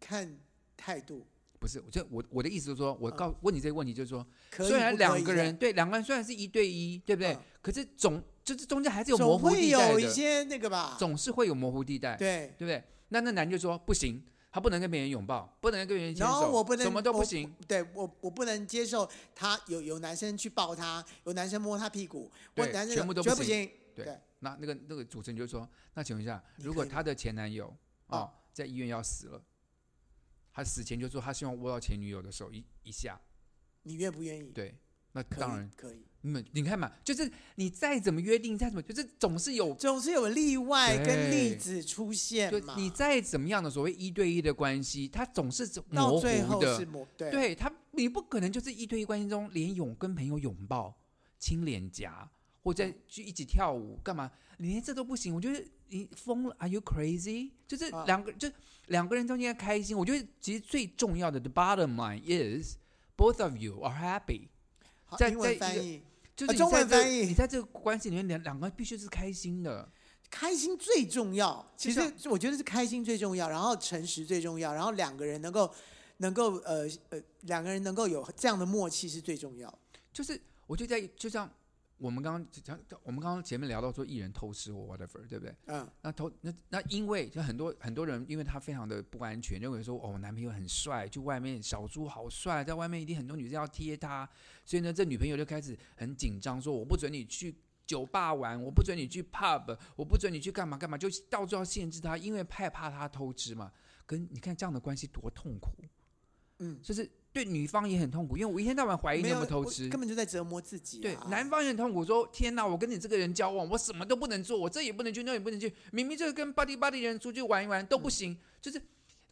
A: 看态度，
C: 不是，我就我我的意思就是说，我告、问你这个问题就是说，
A: 可以
C: 虽然
A: 不可以
C: 两个
A: 这
C: 人
A: 样
C: 对两个人虽然是一对一，对不对？
A: 嗯
C: 可是总就是中间还是有
A: 总
C: 模糊
A: 会
C: 地带
A: 有
C: 的，
A: 一些那个吧，
C: 总是会有模糊地带，对
A: 对。
C: 不对？那那男就说不行，他不能跟别人拥抱，不能跟别人牵
A: 然后
C: 手，
A: 我不能
C: 什么都不
A: 我
C: 行。
A: 对我，我不能接受他有有男生去抱他，有男生摸他屁股，我
C: 对
A: 男生
C: 全部都
A: 绝
C: 不
A: 不
C: 行
A: 行。
C: 那那个那个主持人就说，那请问一下，
A: 你
C: 如
A: 可
C: 果
A: 以
C: 她的前男友
A: 哦
C: 哦在医院要死了，他死前就说他希望握到前女友的手一一下，
A: 你愿不愿意？
C: 对，那
A: 可以，
C: 当然，
A: 可以，
C: 你们你看嘛，就是你再怎么约定，再怎么，就是总是有
A: 总是有例外跟例
C: 对
A: 子出现
C: 就
A: 嘛。
C: 你再怎么样的所谓一对一的关系，它总是模
A: 到
C: 糊
A: 最后
C: 的。
A: 是模对
C: 对他，它你不可能就是一对一关系中连拥跟朋友拥抱、亲脸颊，
A: 嗯
C: 或在去一起跳舞干嘛？你连这都不行，我觉得你疯了，Are you crazy？就是
A: 啊
C: 两个，就两个人中间开心。我觉得其实最重要的，the bottom line is both of you are happy。
A: 好
C: 在
A: 英
C: 在
A: 文
C: 一个
A: 翻译，
C: 就是
A: 啊
C: 你
A: 中文
C: 在这个
A: 翻译
C: 你在这个关系里面，两两个人必须是开心的。
A: 开心最重要。其
C: 就像
A: 实我觉得是开心最重要，然后诚实最重要，然后两个人能够能够呃呃两个人能够有这样的默契是最重要。
C: 就是我就在就像我们刚刚讲，我们刚刚前面聊到说艺人偷吃或 whatever，对不对？
A: 嗯，
C: 那偷那那因为就很多很多人，因为他非常的不安全，认为说哦，我男朋友很帅，去外面小猪好帅，在外面一定很多女生要贴他，所以呢，这女朋友就开始很紧张，说我不准你去。酒吧玩，我不准你去 pub，我不准你去干嘛干嘛，就到处要限制他，因为害怕他偷吃嘛。跟你看这样的关系多痛苦，
A: 嗯
C: 就是对女方也很痛苦，因为我一天到晚怀疑你
A: 没
C: 有没
A: 有
C: 有哎偷
A: 我
C: 吃，
A: 根本就在折磨自己、啊。
C: 对，男方也很痛苦，说天哪，我跟你这个人交往，我什么都不能做，我这也不能去，那也不能去，明明就是跟 buddy buddy 人出去玩一玩都不行，就是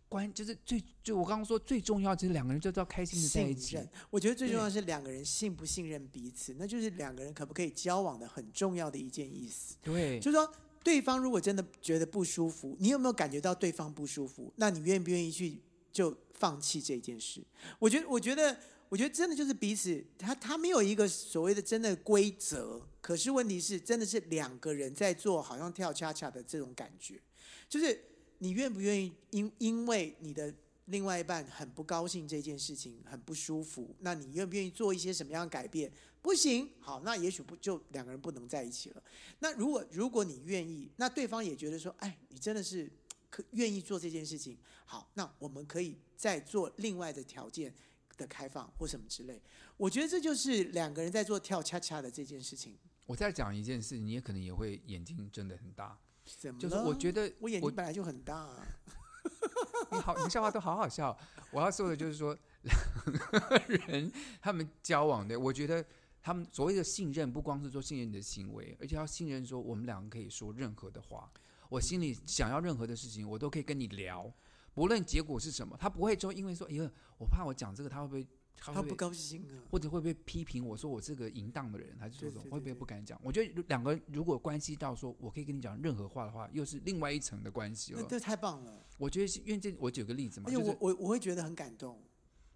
C: 关，就是最就我刚刚说最重要，就是两个人就是要开心的在一
A: 信
C: 起
A: 任。，我觉得最重要的是两个人信不信任彼此，那就是两个人可不可以交往的很重要的一件意思。
C: 对，
A: 就是说，对方如果真的觉得不舒服，你有没有感觉到对方不舒服？那你愿不愿意去就放弃这件事？我觉得，我觉得，我觉得真的就是彼此，他他没有一个所谓的真的规则，可是问题是，真的是两个人在做好像跳恰恰的这种感觉，就是你愿不愿意因因为你的。另外一半很不高兴这件事情，很不舒服。那你愿不愿意做一些什么样的改变？不行，好，那也许不就两个人不能在一起了。那如果如果你愿意，那对方也觉得说，哎，你真的是可愿意做这件事情，好，那我们可以再做另外的条件的开放或什么之类。我觉得这就是两个人在做跳恰恰的这件事情。
C: 我再讲一件事，你也可能也会眼睛睁得很大，
A: 怎么
C: 就是
A: 了
C: 我觉得
A: 我眼
C: 我
A: 睛本来就很大、啊，
C: 你好，你笑话都好好笑。我要说的就是说，两个人他们交往的，我觉得他们所谓的信任，不光是说信任你的行为，而且要信任说我们两个可以说任何的话，我心里想要任何的事情，我都可以跟你聊，不论结果是什么。他不会说因为说，哎呀，我怕我讲这个，他会不会？他
A: 他
C: 会不
A: 不
C: 会
A: 高兴啊。
C: 或者会不会批评我说我是个淫荡的人，还是说
A: 对
C: 什么
A: 对对
C: 会不会
A: 对
C: 不敢讲？我觉得如两个人如果关系到说我可以跟你讲任何话的话，又是另外一层的关系
A: 那
C: 了。
A: 这太棒了，
C: 我觉得是，因为这我举个例子
A: 而
C: 嘛，
A: 且
C: 就是
A: 我我我会觉得很感动。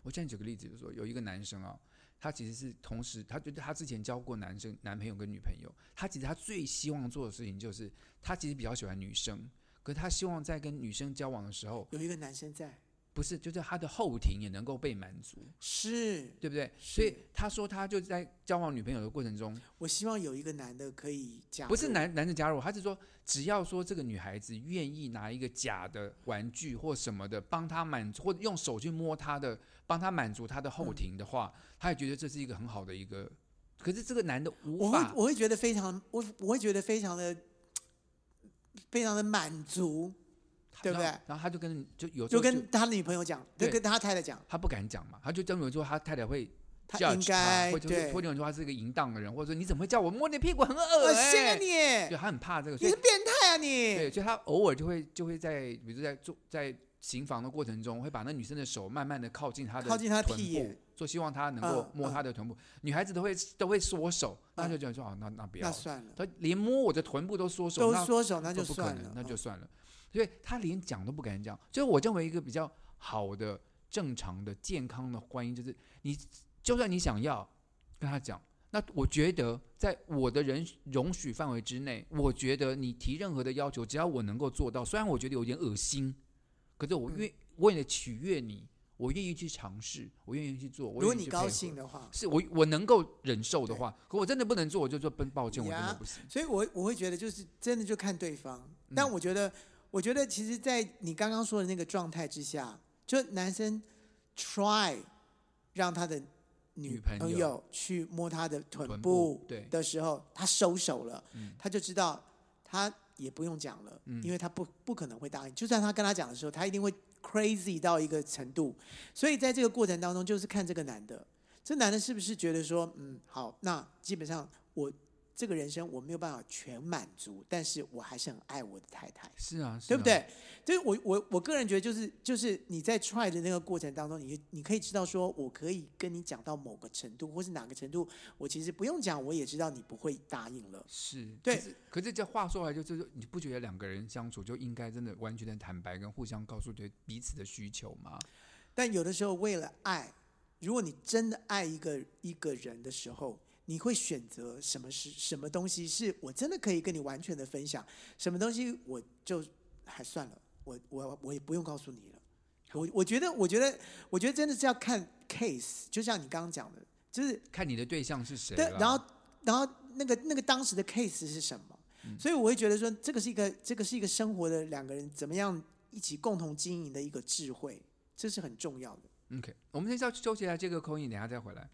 C: 我这样举个例子，就是说有一个男生啊、他其实是同时，他觉得他之前交过男生男朋友跟女朋友，他其实他最希望做的事情就是，他其实比较喜欢女生，可是他希望在跟女生交往的时候，
A: 有一个男生在，
C: 不是就是他的后庭也能够被满足，
A: 是
C: 对不对？所以
A: 是
C: 他说他就在交往女朋友的过程中，
A: 我希望有一个男的可以加入，
C: 不是男男的加入，他是说只要说这个女孩子愿意拿一个假的玩具或什么的帮她满足，或者用手去摸她的，帮她满足她的
A: 嗯
C: 后庭的话，他也觉得这是一个很好的一个。可是这个男的无
A: 我会
C: 法，
A: 我会觉得非常，我我会觉得非常的非常的满足，对不对
C: 然后然后他就跟就有时
A: 就
C: 候
A: 跟他女朋友讲，就
C: 对
A: 跟他太太讲，
C: 他不敢讲嘛，他就认为说他太太会
A: 他
C: judge
A: 应该
C: 或者是
A: 对，
C: 或
A: 我
C: 者说他是一个淫荡的人，或者说你怎么会叫我摸你的屁股很恶
A: 信
C: 心、
A: 任
C: 欸？
A: 啊你
C: 对，，他很怕这个，所
A: 你
C: 以
A: 是变态啊你！
C: 对，所以他偶尔就会就会在，比如在做在行房的过程中，会把那女生的手慢慢的靠近她的
A: 靠近她的
C: 臀
A: 屁
C: 部
A: 眼，
C: 就希望她能够
A: 嗯
C: 摸
A: 嗯
C: 她的臀部。女孩子都会都会缩手，那
A: 嗯
C: 就讲说啊，那那不要
A: 那
C: 了，
A: 算了，
C: 她连摸我的臀部都缩手，
A: 都
C: 那
A: 缩手那
C: 都
A: 就
C: 不可
A: 算
C: 能
A: 了，，
C: 那就
A: 嗯
C: 算了。所以她连讲都不敢讲。所以我认为一个比较好的、正常的、健康的婚姻，就是你就算你想要跟他讲。那我觉得，在我的人容许范围之内，我觉得你提任何的要求，只要我能够做到，虽然我觉得有点恶心，可是我
A: 嗯
C: 愿、为了取悦你，我愿意去尝试，我愿意去做。我
A: 如果
C: 愿意
A: 你
C: 去
A: 高
C: 配合
A: 兴，的话，
C: 是我我能够忍受的
A: 对
C: 话，可我真的不能做，我就说奔抱歉，我真的
A: 呀
C: 不行。
A: 所以我我会觉得就是真的就看对方，
C: 嗯
A: 但我觉得我觉得其实，在你刚刚说的那个状态之下，就男生 try 让他的
C: 女
A: 女
C: 朋
A: 朋
C: 友
A: 友去摸他的
C: 臀
A: 臀
C: 部
A: 部嗯
C: 对
A: 的时候，他收手了，他就知道他也不用讲了，因为他不不可能会答应。就算他跟他讲的时候，他一定会 crazy 到一个程度。所以在这个过程当中，就是看这个男的，这男的是不是觉得说，嗯，好，那基本上我这个人生我没有办法全满足，但是我还是很爱我的太太。
C: 是啊，是
A: 对不
C: 啊？
A: 对？就是我我我个人觉得，就是就是你在 try 的那个过程当中，你你可以知道说，我可以跟你讲到某个程度，或是哪个程度，我其实不用讲，我也知道你不会答应了。
C: 是，
A: 对
C: 可是，可是这话说来就就是，你不觉得两个人相处就应该真的完全的坦白，跟互相告诉对彼此的需求吗？
A: 但有的时候，为了爱，如果你真的爱一个一个人的时候，你会选择什么是什么东西是我真的可以跟你完全的分享，什么东西我就还算了，我我我也不用告诉你了。我我觉得，我觉得，我觉得真的是要看 case，就像你刚刚讲的，就是
C: 看你的对象是谁
A: 对，
C: 啦
A: 然后然后那个那个当时的 case 是什么？所以我会觉得说，这个是一个这个是一个生活的两个人怎么样一起共同经营的一个智慧，这是很重要的。
C: OK，我们先要休息一下，这个口音等一下再回来。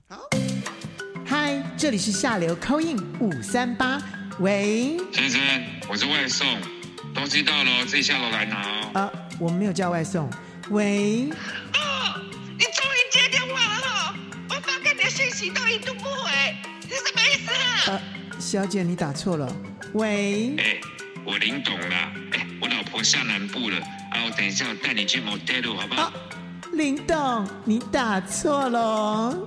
A: 嗨，这里是下流 c 印五三八，喂，
D: 先生，我是外送，东西到了哦自己下楼来拿哦。
A: 呃，我们没有叫外送，喂，
E: 哦，你终于接电话了哈、我发给你的信息都一度不回，是什么意思啊？
A: 呃，小姐你打错了，喂，
D: 哎、我林董啦，哎、我老婆下南部了，啊，我等一下我带你去 motel 好不好？
A: 林董你打错了哦，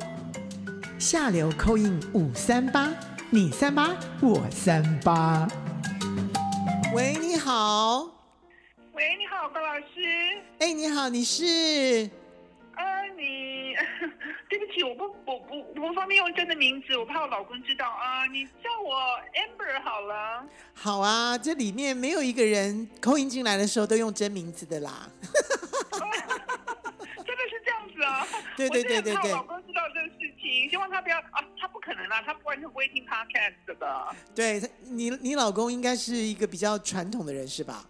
A: 下流 c 印五三八，你三八我三八，喂，你好，
E: 喂，你好，高老师。
A: 哎，你好，你是？
E: 呃，你对不起，我不，我不我不方便用真的名字，我怕我老公知道啊、你叫我 Amber 好了。
A: 好啊，这里面没有一个人扣音进来的时候都用真名字的啦。
E: 真的是这样子啊、
A: 对对对对
E: 我真的很怕
A: 对
E: 我老公知道这个事情，希望他不要啊，他不可能啦，他完全不会听 podcast 的。
A: 对他你，你老公应该是一个比较传统的人是吧？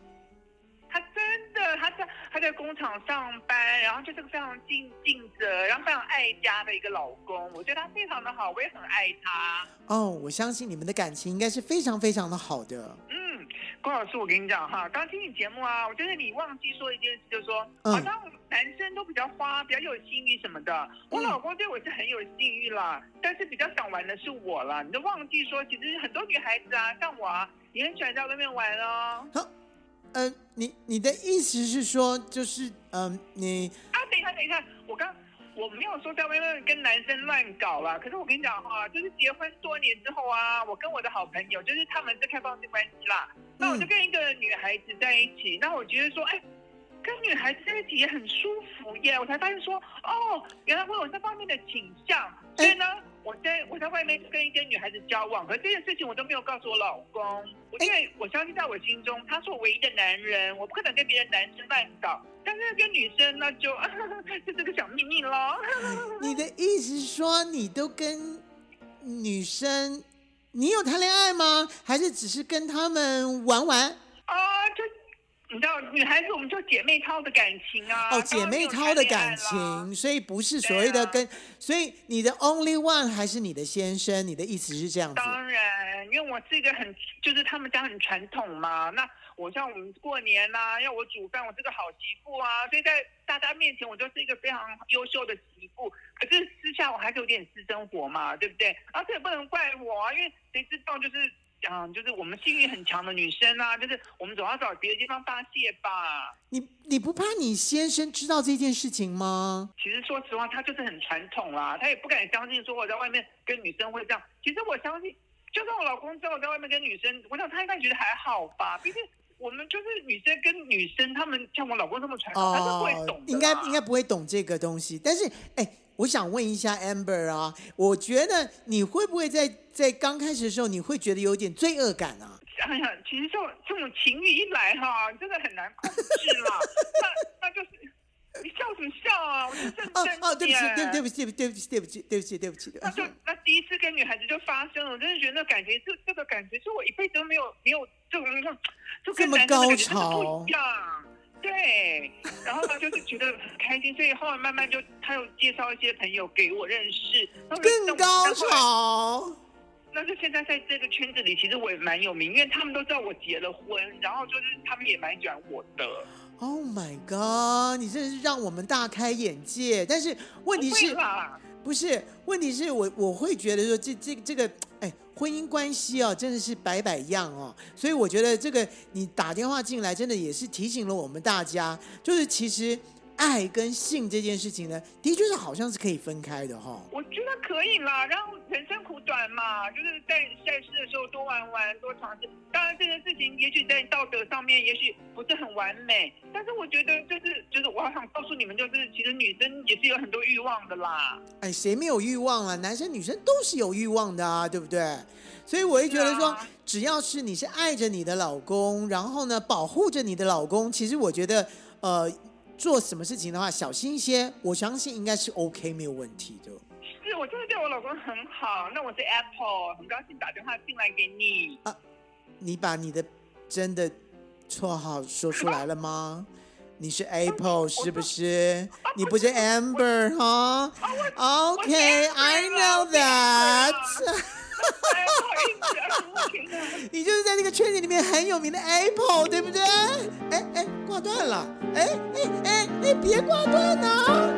E: 他真的，他在他在工厂上班，然后就是个非常尽尽责，然后非常爱家的一个老公。我觉得他非常的好，我也很爱他。
A: 哦，我相信你们的感情应该是非常非常的好的。
E: 嗯，郭老师，我跟你讲哈，刚听你节目啊，我觉得你忘记说一件事，就是说，
A: 嗯
E: 好像男生都比较花，比较有性欲什么的。我
A: 嗯
E: 老公对我是很有性欲啦，但是比较想玩的是我啦。你都忘记说，其实很多女孩子啊，像我啊，也很喜欢在外面玩哦。
A: 呃，你你的意思是说，就是嗯、你
E: 啊，等一下，等一下，我刚我没有说在外面跟男生乱搞啦，可是我跟你讲哈、就是结婚多年之后啊，我跟我的好朋友，就是他们是开放式关系啦，那我就跟一个女孩子在一起，那我觉得说，哎。跟女孩子在一起也很舒服耶，我才发现说，哦，原来我有这方面的倾向，所以呢，我在我在外面跟一个女孩子交往，可这件事情我都没有告诉我老公，我因为我相信在我心中他是我唯一的男人，我不可能跟别的男生乱搞，但是跟女生那就 就是个小秘密喽。
A: 你的意思是说，你都跟女生，你有谈恋爱吗？还是只是跟他们玩玩？
E: 啊，就你知道，女孩子我们就姐妹淘的感情啊，
A: 哦，姐妹淘的感
E: 当然没有谈恋爱啦
A: 情，所以不是所谓的
E: 对啊
A: 跟，所以你的 only one 还是你的先生，你的意思是这样子？
E: 当然，因为我是一个很，就是他们家很传统嘛。那我像我们过年呐、要我煮饭，我是个好媳妇啊，所以在大家面前我就是一个非常优秀的媳妇。可是私下我还是有点私生活嘛，对不对？啊，这也不能怪我啊，因为谁知道就是。嗯，就是我们性欲很强的女生啊，就是我们总要找别的地方发泄吧。
A: 你你不怕你先生知道这件事情吗？
E: 其实说实话，他就是很传统啦，他也不敢相信说我在外面跟女生会这样。其实我相信，就算我老公知道我在外面跟女生，我想他应该觉得还好吧，毕竟我们就是女生跟女生，他们像我老公这么传统，他是不会懂的啦。
A: 哦应该应该不会懂这个东西。但是，哎，我想问一下 Amber 啊，我觉得你会不会在在刚开始的时候，你会觉得有点罪恶感啊？
E: 哎呀， 其实这种这种情欲一来哈，真的很难控制啦。那那就是你笑什么笑啊？我是认
A: 哦
E: 真
A: 哦，对不起，对
E: 耶
A: 对不起，对不起，对不起，对不起，对不起，对
E: 那
A: 不
E: 就
A: 起。
E: 那第一次跟女孩子就发生了，我真的觉得那感觉，这这个感觉是我一辈子都没有没有这种那种，就跟
A: 这么
E: 男生的感觉
A: 高潮
E: 真的不一样。对，然后呢，就是觉得很开心，所以后来慢慢就他又介绍一些朋友给我认识，然后
A: 更高
E: 那后来。
A: 潮，
E: 那就现在在这个圈子里，其实我也蛮有名，因为他们都知道我结了婚，然后就是他们也蛮喜欢我的。
A: ！Oh my god！你真的是让我们大开眼界。但是问题
E: 不会
A: 是，
E: 啦，
A: 不是，问题是我我会觉得说这这这个，哎，婚姻关系哦，真的是百百样哦，所以我觉得这个你打电话进来，真的也是提醒了我们大家，就是其实爱跟性这件事情呢，的确是好像是可以分开的哈、哦。
E: 我觉得可以啦，然后人生苦短嘛，就是在赛事的时候多玩玩，多尝试。当然这件事情也许在道德上面也许不是很完美，但是我觉得就是就是我好想告诉你们，就是其实女生也是有很多欲望的啦。
A: 哎，谁没有欲望啊？男生女生都是有欲望的啊，对不对？所以我会觉得说，
E: 是啊
A: 只要是你是爱着你的老公，然后呢保护着你的老公，其实我觉得呃做什么事情的话小心一些，我相信应该是 OK 没有问题的。
E: 是我真的对我老公很好，那我是 Apple，很高兴打电话进来给你。
A: 你把你的真的绰号说出来了吗？你是 Apple 是不是？你不是 Amber 哈？OK，I know that。
E: 哎，不好意思，而且我觉得
A: 你就是在那个圈子里面很有名的 Apple，对不对？哎哎，挂断了！哎哎哎哎，别挂断啊！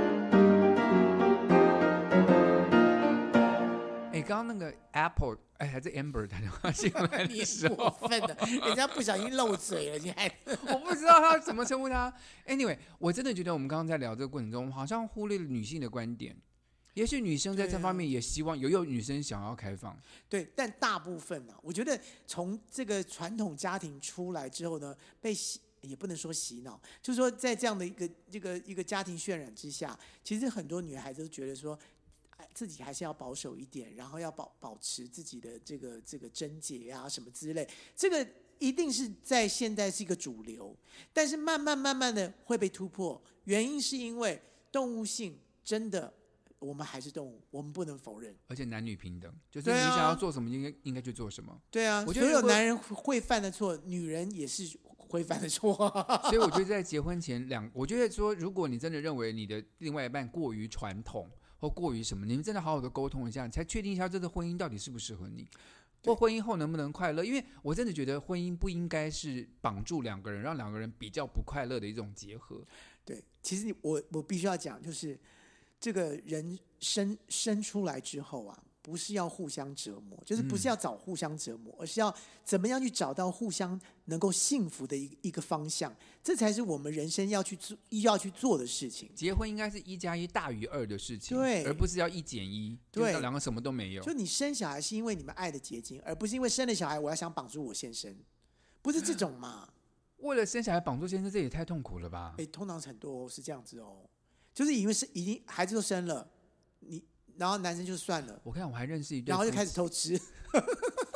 C: 哎，刚刚那个 Apple，哎，还是 Amber 打电话进来
A: 你
C: 的时
A: 是过
C: 候，
A: 分的，人家不小心漏嘴了，你还
C: 我不知道他怎么称呼他。Anyway，我真的觉得我们刚刚在聊这个过程中，好像忽略了女性的观点。也许女生在这
A: 对啊
C: 方面也希望，也有女生想要开放。
A: 对，但大部分啊，我觉得从这个传统家庭出来之后呢，被洗也不能说洗脑，就是说在这样的一个这个一个家庭渲染之下，其实很多女孩子都觉得说。哎自己还是要保守一点，然后要保保持自己的这个这个贞洁啊什么之类，这个一定是在现在是一个主流，但是慢慢慢慢的会被突破，原因是因为动物性真的，我们还是动物，我们不能否认。
C: 而且男女平等，就是
A: 对
C: 你
A: 啊
C: 想要做什么，应该应该去做什么。
A: 对啊，
C: 我觉得
A: 所有
C: 如果
A: 男人会犯的错，女人也是会犯的错。
C: 所以我觉得在结婚前两，我觉得说，如果你真的认为你的另外一半过于传统或过于什么，你们真的好好的沟通一下，才确定一下这个婚姻到底适不适合你，
A: 对
C: 或婚姻后能不能快乐。因为我真的觉得婚姻不应该是绑住两个人，让两个人比较不快乐的一种结合。
A: 对，其实你我我必须要讲，就是这个人生生出来之后啊，不是要互相折磨，就是不是
C: 嗯
A: 要找互相折磨，而是要怎么样去找到互相能够幸福的一个一个方向，这才是我们人生要去做要去做的事情。
C: 结婚应该是一加一大于二的事情，
A: 对
C: 而不是要一减一，
A: 对
C: 就是两个什么都没有
A: 就。你生小孩是因为你们爱的结晶，而不是因为生了小孩我要想绑住我先生，不是这 种嘛？
C: 为了生小孩绑住先生，这也太痛苦了吧
A: 哎、？通常很多、哦、是这样子哦，就是因为是已经孩子都生了，你然后男生就算了，
C: 我看我还认识一对，
A: 然后就开始偷吃，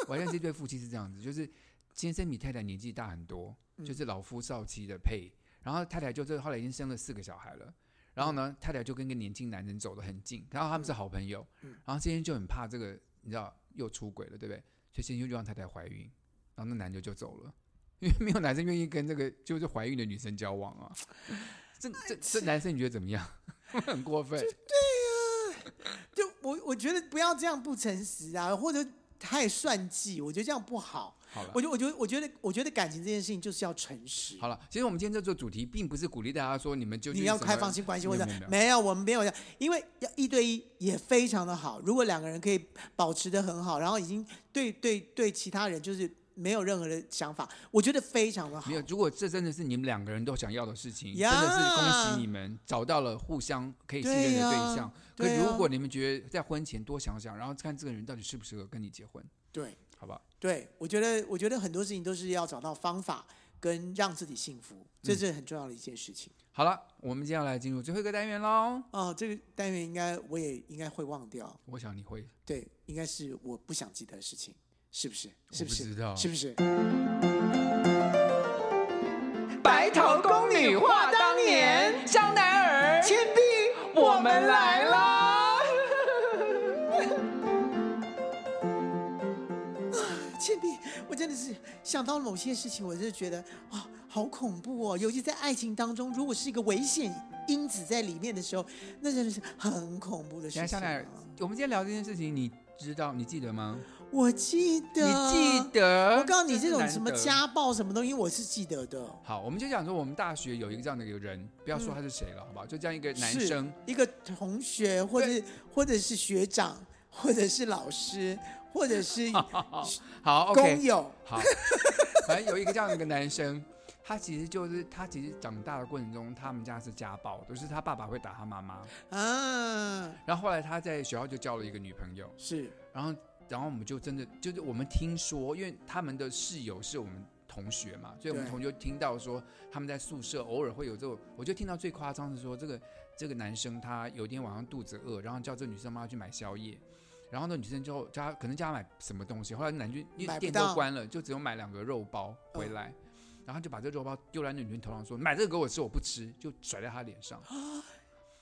C: 我认识一对夫妻是这样子，就是先生比太太年纪大很多，
A: 嗯
C: 就是老夫少妻的配。然后太太就是后来已经生了四个小孩了，然后呢，太太就跟一个年轻男人走得很近，然后他们是好朋友，
A: 嗯
C: 然后先生就很怕这个，你知道又出轨了，对不对？所以先生就让太太怀孕，然后那男的就走了，因为没有男生愿意跟这个就是怀孕的女生交往 啊。这
A: 哎
C: 这这男生你觉得怎么样？ 很过分，
A: 就我我觉得不要这样不诚实啊，或者太算计，我觉得这样不好。
C: 好了
A: 我。就我觉得我觉得我觉得感情这件事情就是要诚实。
C: 啊好了，其实我们今天这做主题，并不是鼓励大家说你们就
A: 你要开放性关系，或者
C: 没有没有
A: 没有，我们没有要，因为要一对一也非常的好。如果两个人可以保持的很好，然后已经对对对其他人就是没有任何的想法，我觉得非常的好。
C: 没有，如果这真的是你们两个人都想要的事情
A: 呀
C: 真的是恭喜你们找到了互相可以信任的对
A: 对
C: 象。
A: 呀对呀
C: 可如果你们觉得在婚前多想想，然后看这个人到底适不适合跟你结婚，
A: 对，
C: 好吧？
A: 对，我觉得，我觉得很多事情都是要找到方法跟让自己幸福，这是很重要的一件事情。
C: 好了，我们接下来进入最后一个单元喽。
A: 哦，这个单元应该我也应该会忘掉，
C: 我想你会，
A: 对，应该是我不想记得的事情，是不是？是不
C: 我不
A: 是？
C: 知道
A: 是不是？
B: 白头宫女话当年，香奈儿、倩碧，我们来 啦！
A: 倩碧，我真的是想到某些事情，我真的觉得哇，好恐怖哦！尤其在爱情当中，如果是一个危险因子在里面的时候，那真的是很恐怖的事
C: 等
A: 情、
C: 一下香奈儿
A: 啊。，
C: 我们今天聊这件事情，你知道你记得吗？
A: 我记得，
C: 你记？得？
A: 啊我告诉你，这种
C: 难
A: 什么
C: 得
A: 家暴什么东西，我是记得的。
C: 好，我们就讲说我们大学有一个这样的一个人，不要说他是谁了，好不好？就这样一个男
A: 嗯是
C: 生，
A: 一个同学，或者或者是学长，或者是老师，或者 是
C: 好
A: 工
C: 啊，OK，
A: 友。
C: 好，反正有一个这样的一个男生，他其实就是他其实长大的过程中，他们家是家暴，就是他爸爸会打他妈妈，
A: 啊，
C: 然后后来他在学校就交了一个女朋友，
A: 是
C: 然后然后我们就真的就是我们听说，因为他们的室友是我们。同学嘛，所以我们
A: 对
C: 同学听到说他们在宿舍偶尔会有这种，我就听到最夸张是说这个这个男生他有一天晚上肚子饿，然后叫这个女生帮他去买宵夜，然后那女生就叫他可能叫他买什么东西，后来男生因
A: 买
C: 为
A: 不
C: 店
A: 到
C: 都关了，就只有买两个肉包回来，然后就把这肉包丢在那女生头上说买这个给我吃我不吃，就甩在她脸上。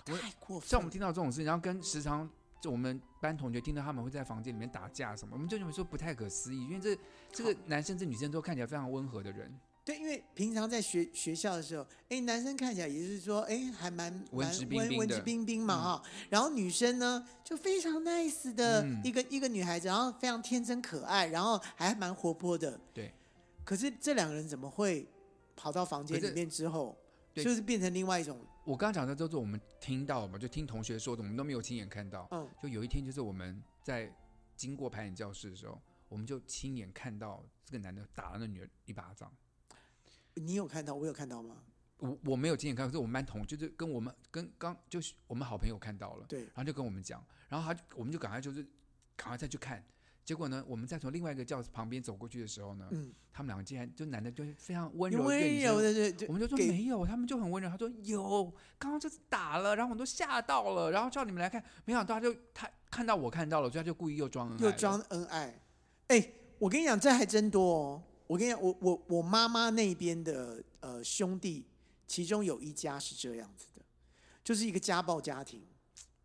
C: 我
A: 太过分。
C: 像我们听到这种事情，然后跟时常就我们班同学听到他们会在房间里面打架什么，我们就认为说不太可思议，因为这这个男生这女生都看起来非常温和的人，
A: 对，因为平常在学学校的时候，哎，男生看起来也是说，哎，还蛮
C: 文
A: 蛮
C: 质彬彬
A: 文质
C: 的嗯
A: 彬彬嘛哈、然后女生呢，就非常 nice 的
C: 嗯
A: 一个、一个女孩子，然后非常天真可爱，然后还蛮活泼的。
C: 对。
A: 可是这两个人怎么会跑到房间
C: 可
A: 里
C: 是
A: 面之后，
C: 对
A: 就是变成另外一种？
C: 我刚刚讲的都是我们听到嘛，就听同学说的，我们都没有亲眼看到。
A: 嗯
C: 就有一天，就是我们在经过排演教室的时候，我们就亲眼看到这个男的打了那女的一巴掌。
A: 你有看到，我有看到吗？
C: 我我没有亲眼看到，可是我们班同就是跟我们跟刚就是我们好朋友看到了，
A: 对
C: 然后就跟我们讲，然后他就我们就赶快就是赶快再去看。结果呢，我们再从另外一个教室旁边走过去的时候呢，
A: 嗯
C: 他们两个竟然就男的就是非常温
A: 有
C: 柔地对
A: 温
C: 女生
A: 柔的对对
C: 我，们就说
A: 给
C: 没有，他们就很温柔。他说有，刚刚就是打了，然后我们都吓到了，然后叫你们来看，没想到他就他看到我看到了，所以他就故意又装恩爱
A: 又
C: 了
A: 装恩爱。哎、我跟你讲，这还真多哦。我跟你讲，我我我妈妈那边的呃兄弟，其中有一家是这样子的，就是一个家暴家庭。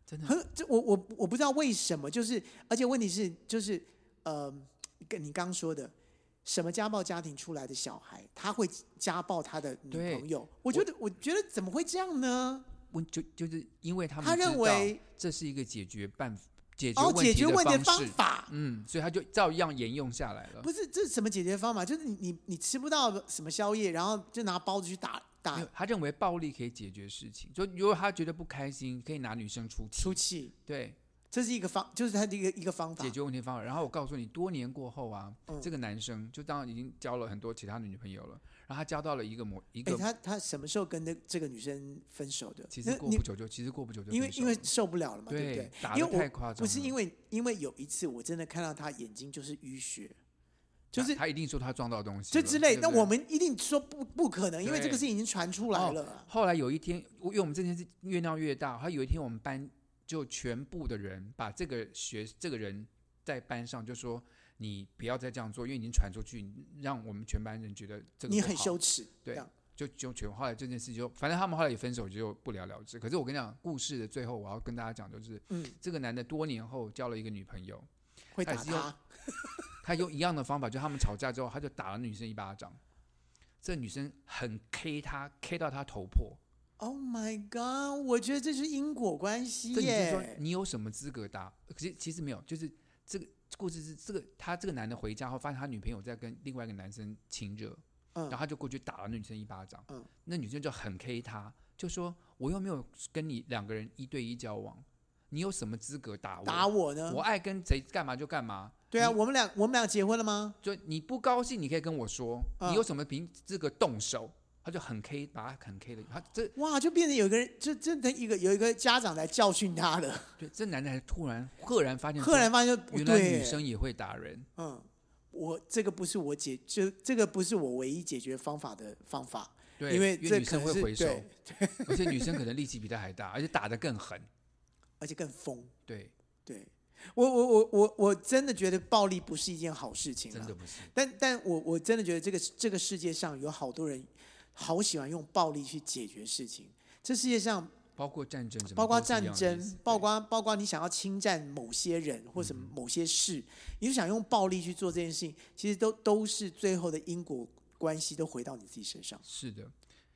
C: 真的
A: 很这我我我不知道为什么，就是而且问题是就是呃，跟你刚说的。什么家暴家庭出来的小孩，他会家暴他的女
C: 对
A: 朋友？我觉得，我觉得怎么会这样呢？
C: 问就就是因为他们
A: 他认
C: 知道
A: 为
C: 这是一个解决办解决
A: 哦，解决问题的
C: 的
A: 方
C: 式，
A: 法，
C: 嗯，所以他就照样沿用下来了。
A: 不是，这是什么解决方法？就是你你你吃不到什么宵夜，然后就拿包子去打
C: 没
A: 打
C: 有他认为暴力可以解决事情，就如果他觉得不开心，可以拿女生出气，
A: 出气，
C: 对
A: 这是一个方，就是他的一个一个方法
C: 解。决问题方法。然后我告诉你，多年过后啊，
A: 嗯
C: 这个男生就当然已经交了很多其他的女朋友了，然后他交到了一个模一
A: 哎，
C: 个
A: 他他什么时候跟那这个女生分手的？
C: 其实
A: 那
C: 过
A: 你
C: 不久就，其实过不久就
A: 因为
C: 分手
A: 因为
C: 了
A: 受不了了嘛，对不
C: 对
A: 对？
C: 打
A: 因
C: 得
A: 为我
C: 太夸张了，
A: 不是因为因为有一次我真的看到他眼睛就是淤血，就
C: 他
A: 是
C: 他一定说他撞到东西
A: 这
C: 了，
A: 之类。
C: 对
A: 那
C: 不对
A: 我们一定说不不可能，因为这个事
C: 对
A: 情已经传出来
C: 哦
A: 了。
C: 后来有一天，我因为我们这件事越闹越大，他有一天我们班就全部的人把这个学这个人在班上就说你不要再这样做，因为已经传出去，让我们全班人觉得这个
A: 你
C: 不
A: 很
C: 好
A: 羞耻，
C: 对
A: 这样
C: 就就全后来这件事就，反正他们后来也分手，就不了了之。可是我跟你讲，故事的最后我要跟大家讲，就是
A: 嗯，
C: 这个男的多年后交了一个女朋友，
A: 会
C: 还
A: 打
C: 是用
A: 他。
C: 他用一样的方法，就他们吵架之后，他就打了女生一巴掌。这女生很 K 他，K 到他头破。
A: Oh my god！我觉得这是因果关系
C: 这女生说嗯
A: 耶：“。
C: 你有什么资格打？”可是其实没有，就是这个故事是这个他这个男的回家后，发现他女朋友在跟另外一个男生亲热，
A: 嗯
C: 然后他就过去打了那女生一巴掌。
A: 嗯
C: 那女生就很 K 他，就说：“我又没有跟你两个人一对一交往，你有什么资格打我？
A: 打
C: 我
A: 我呢？
C: 爱跟谁干嘛就干嘛。”
A: 对啊，
C: 你
A: 我们俩我们俩结婚了吗？
C: 就你不高兴，你可以跟我说，
A: 嗯
C: 你有什么凭资格动手？他就很 K，把他很 K 的，他这
A: 哇，就变成有一个人，就真的一个有一个家长来教训他了。
C: 对这男的还突然赫然发现，
A: 赫然发现就不
C: 原来
A: 对，
C: 女生也会打人，
A: 嗯，我这个不是我解，就这个不是我唯一解决方法的方法，
C: 对，
A: 因为这
C: 女
A: 可
C: 生
A: 能是
C: 会回手
A: 对，
C: 而且女生可能力气比他还大，而且打得更狠，
A: 而且更疯。
C: 对，
A: 对我我我我我真的觉得暴力不是一件好事情
C: 真
A: 了
C: 的。不是，
A: 但但我我真的觉得这个这个世界上有好多人好喜欢用暴力去解决事情。这世界上
C: 包括战争什么，
A: 包括
C: 都是一样的
A: 战
C: 意
A: 争
C: 思，
A: 包
C: 对嗯
A: 括包括你想要侵占某些人或什么某些事，你就想用暴力去做这件事情，其实都都是最后的因果关系都回到你自己身上。
C: 是的。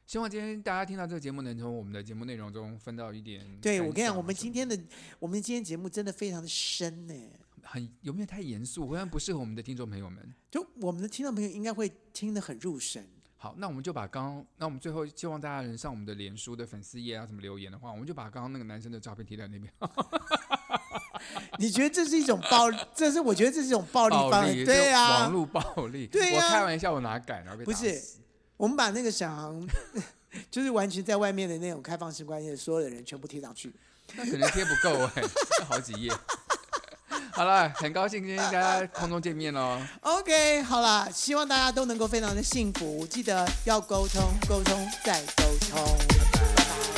C: 希望今天大家听到这个节目，能从我们的节目内容中分到一点感想。啊
A: 对我跟你讲，我们
C: 什么
A: 今天的我们今天节目真的非常的深呢、
C: 很有没有太严肃？好像不适合我们的听众朋友们。
A: 就我们的听众朋友应该会听得很入神。
C: 好，那我们就把刚刚，那我们最后希望大家能上我们的脸书的粉丝页啊，什么留言的话，我们就把刚刚那个男生的照片贴在那边。
A: 你觉得这是一种暴，这是我觉得这是一种暴力方
C: 力，
A: 面，对
C: 就
A: 啊
C: 网，络暴力。
A: 对
C: 我
A: 啊
C: 开玩笑，我哪敢啊？被
A: 不
C: 打
A: 是
C: 死
A: 我们把那个小航， 就是完全在外面的那种开放式关系的所有的人全部贴上去。
C: 那可能贴不够哎、要好几页。好了，很高兴今天跟大家空中见面哦喽。
A: OK，好啦，希望大家都能够非常的幸福，记得要沟通，沟通再沟通，拜拜。